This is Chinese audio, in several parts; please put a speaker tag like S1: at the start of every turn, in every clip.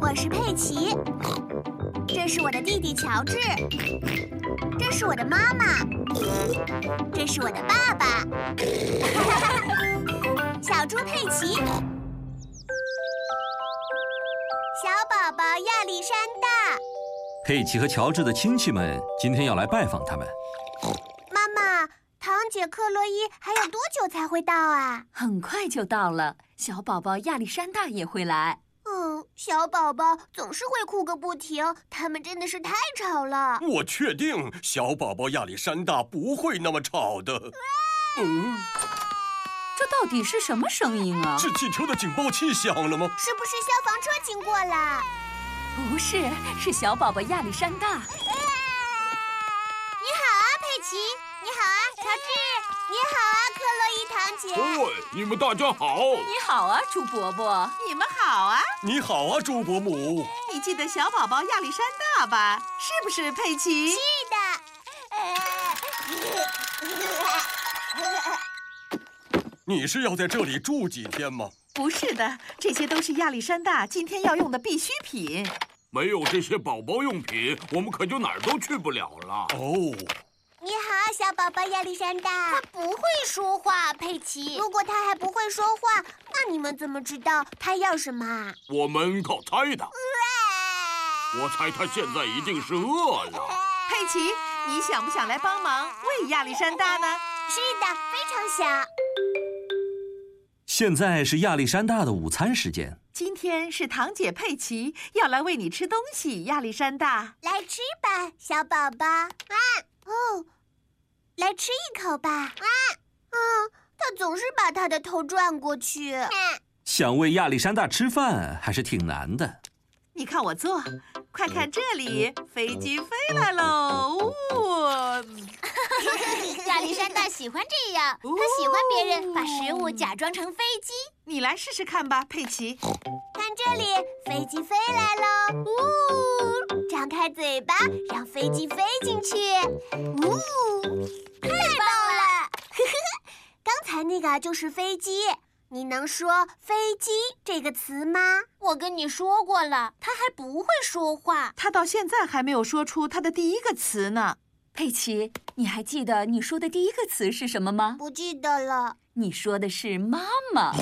S1: 我是佩奇，这是我的弟弟乔治，这是我的妈妈，这是我的爸爸， 小猪佩奇，小宝宝亚历山大。
S2: 佩奇和乔治的亲戚们今天要来拜访他们。
S1: 妈妈，堂姐克洛伊还有多久才会到啊？
S3: 很快就到了，小宝宝亚历山大也会来。
S1: 嗯，小宝宝总是会哭个不停，他们真的是太吵了。
S4: 我确定小宝宝亚历山大不会那么吵的。嗯，
S3: 这到底是什么声音啊？
S4: 是汽车的警报器响了吗？
S1: 是不是消防车经过了？
S3: 不是，是小宝宝亚历山大。
S1: 你好啊，佩奇！你好啊，乔治！你好啊，克洛伊堂姐！
S5: 哦，你们大家好！
S3: 你好啊，猪伯伯。
S6: 你们好啊！
S4: 你好啊，朱伯母。
S6: 你记得小宝宝亚历山大吧？是不是佩奇？
S1: 是的。
S4: 你是要在这里住几天吗？
S6: 不是的，这些都是亚历山大今天要用的必需品。
S5: 没有这些宝宝用品，我们可就哪儿都去不了了。
S4: 哦，
S1: 你好啊，小宝宝亚历山大。他不会说话，佩奇。如果他还不会说话，那你们怎么知道他要什么啊？
S5: 我们靠猜的，我猜他现在一定是饿了。
S6: 佩奇，你想不想来帮忙喂亚历山大呢？
S1: 是的，非常想。
S2: 现在是亚历山大的午餐时间，
S6: 今天是堂姐佩奇要来喂你吃东西，亚历山大。
S1: 来吃吧，小宝宝。啊哦，来吃一口吧。啊嗯，他总是把他的头转过去。
S2: 想喂亚历山大吃饭还是挺难的。
S6: 你看我做，快看这里，飞机飞来喽！哦，
S7: 亚历山大喜欢这样，他喜欢别人把食物假装成飞机。
S6: 你来试试看吧，佩奇。
S1: 看这里，飞机飞来喽！呜，张开嘴巴，让飞机飞进去。呜，太棒了！ 刚才那个就是飞机，你能说“飞机”这个词吗？
S7: 我跟你说过了，他还不会说话。
S6: 他到现在还没有说出他的第一个词呢。
S3: 佩奇，你还记得你说的第一个词是什么吗？
S1: 不记得了。
S3: 你说的是妈妈，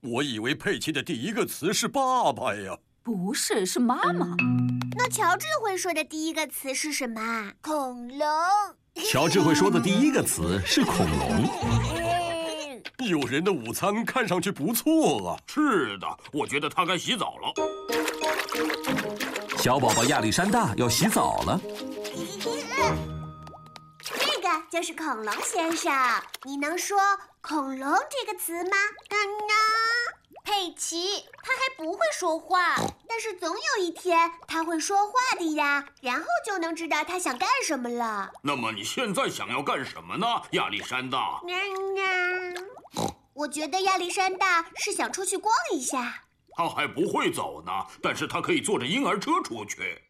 S4: 我以为佩奇的第一个词是爸爸呀。
S3: 不是，是妈妈。
S1: 那乔治会说的第一个词是什么啊？恐龙。
S2: 乔治会说的第一个词是恐龙。
S4: 有人的午餐看上去不错啊。
S5: 是的，我觉得他该洗澡了。
S2: 小宝宝亚历山大要洗澡了，
S1: 这个就是恐龙先生。你能说“恐龙”这个词吗？嗯呢。
S7: 佩奇，他还不会说话。
S1: 但是总有一天他会说话的呀，然后就能知道他想干什么了。
S5: 那么你现在想要干什么呢，亚历山大？
S1: 喵喵。我觉得亚历山大是想出去逛一下。
S5: 他还不会走呢，但是他可以坐着婴儿车出去。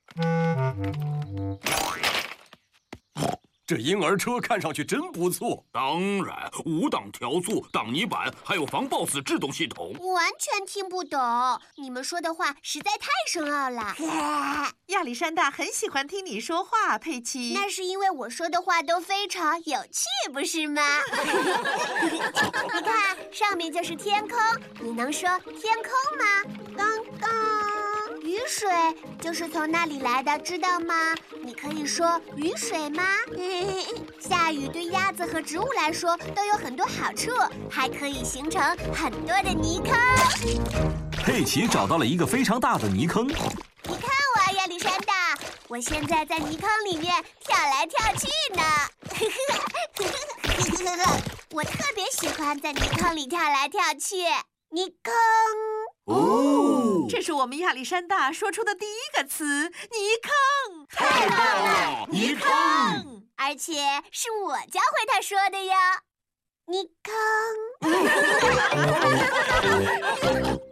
S4: 这婴儿车看上去真不错。
S5: 当然，五档调速、挡泥板，还有防抱死制动系统。
S1: 我完全听不懂你们说的话，实在太深奥了。
S6: 亚历山大很喜欢听你说话，佩奇。
S1: 那是因为我说的话都非常有趣，不是吗？你看，上面就是天空，你能说天空吗？刚刚雨水就是从那里来的，知道吗？你可以说雨水吗？ 下雨对鸭子和植物来说都有很多好处，还可以形成很多的泥坑。
S2: 佩奇找到了一个非常大的泥坑，
S1: 你看我，亚历山大，我现在在泥坑里面跳来跳去呢。 我特别喜欢在泥坑里跳来跳去。泥坑，
S5: 哦，
S6: 这是我们亚历山大说出的第一个词——泥坑。
S5: 太棒了！
S6: 泥
S5: 坑。
S6: 坑，
S1: 而且是我教会他说的哟。泥坑。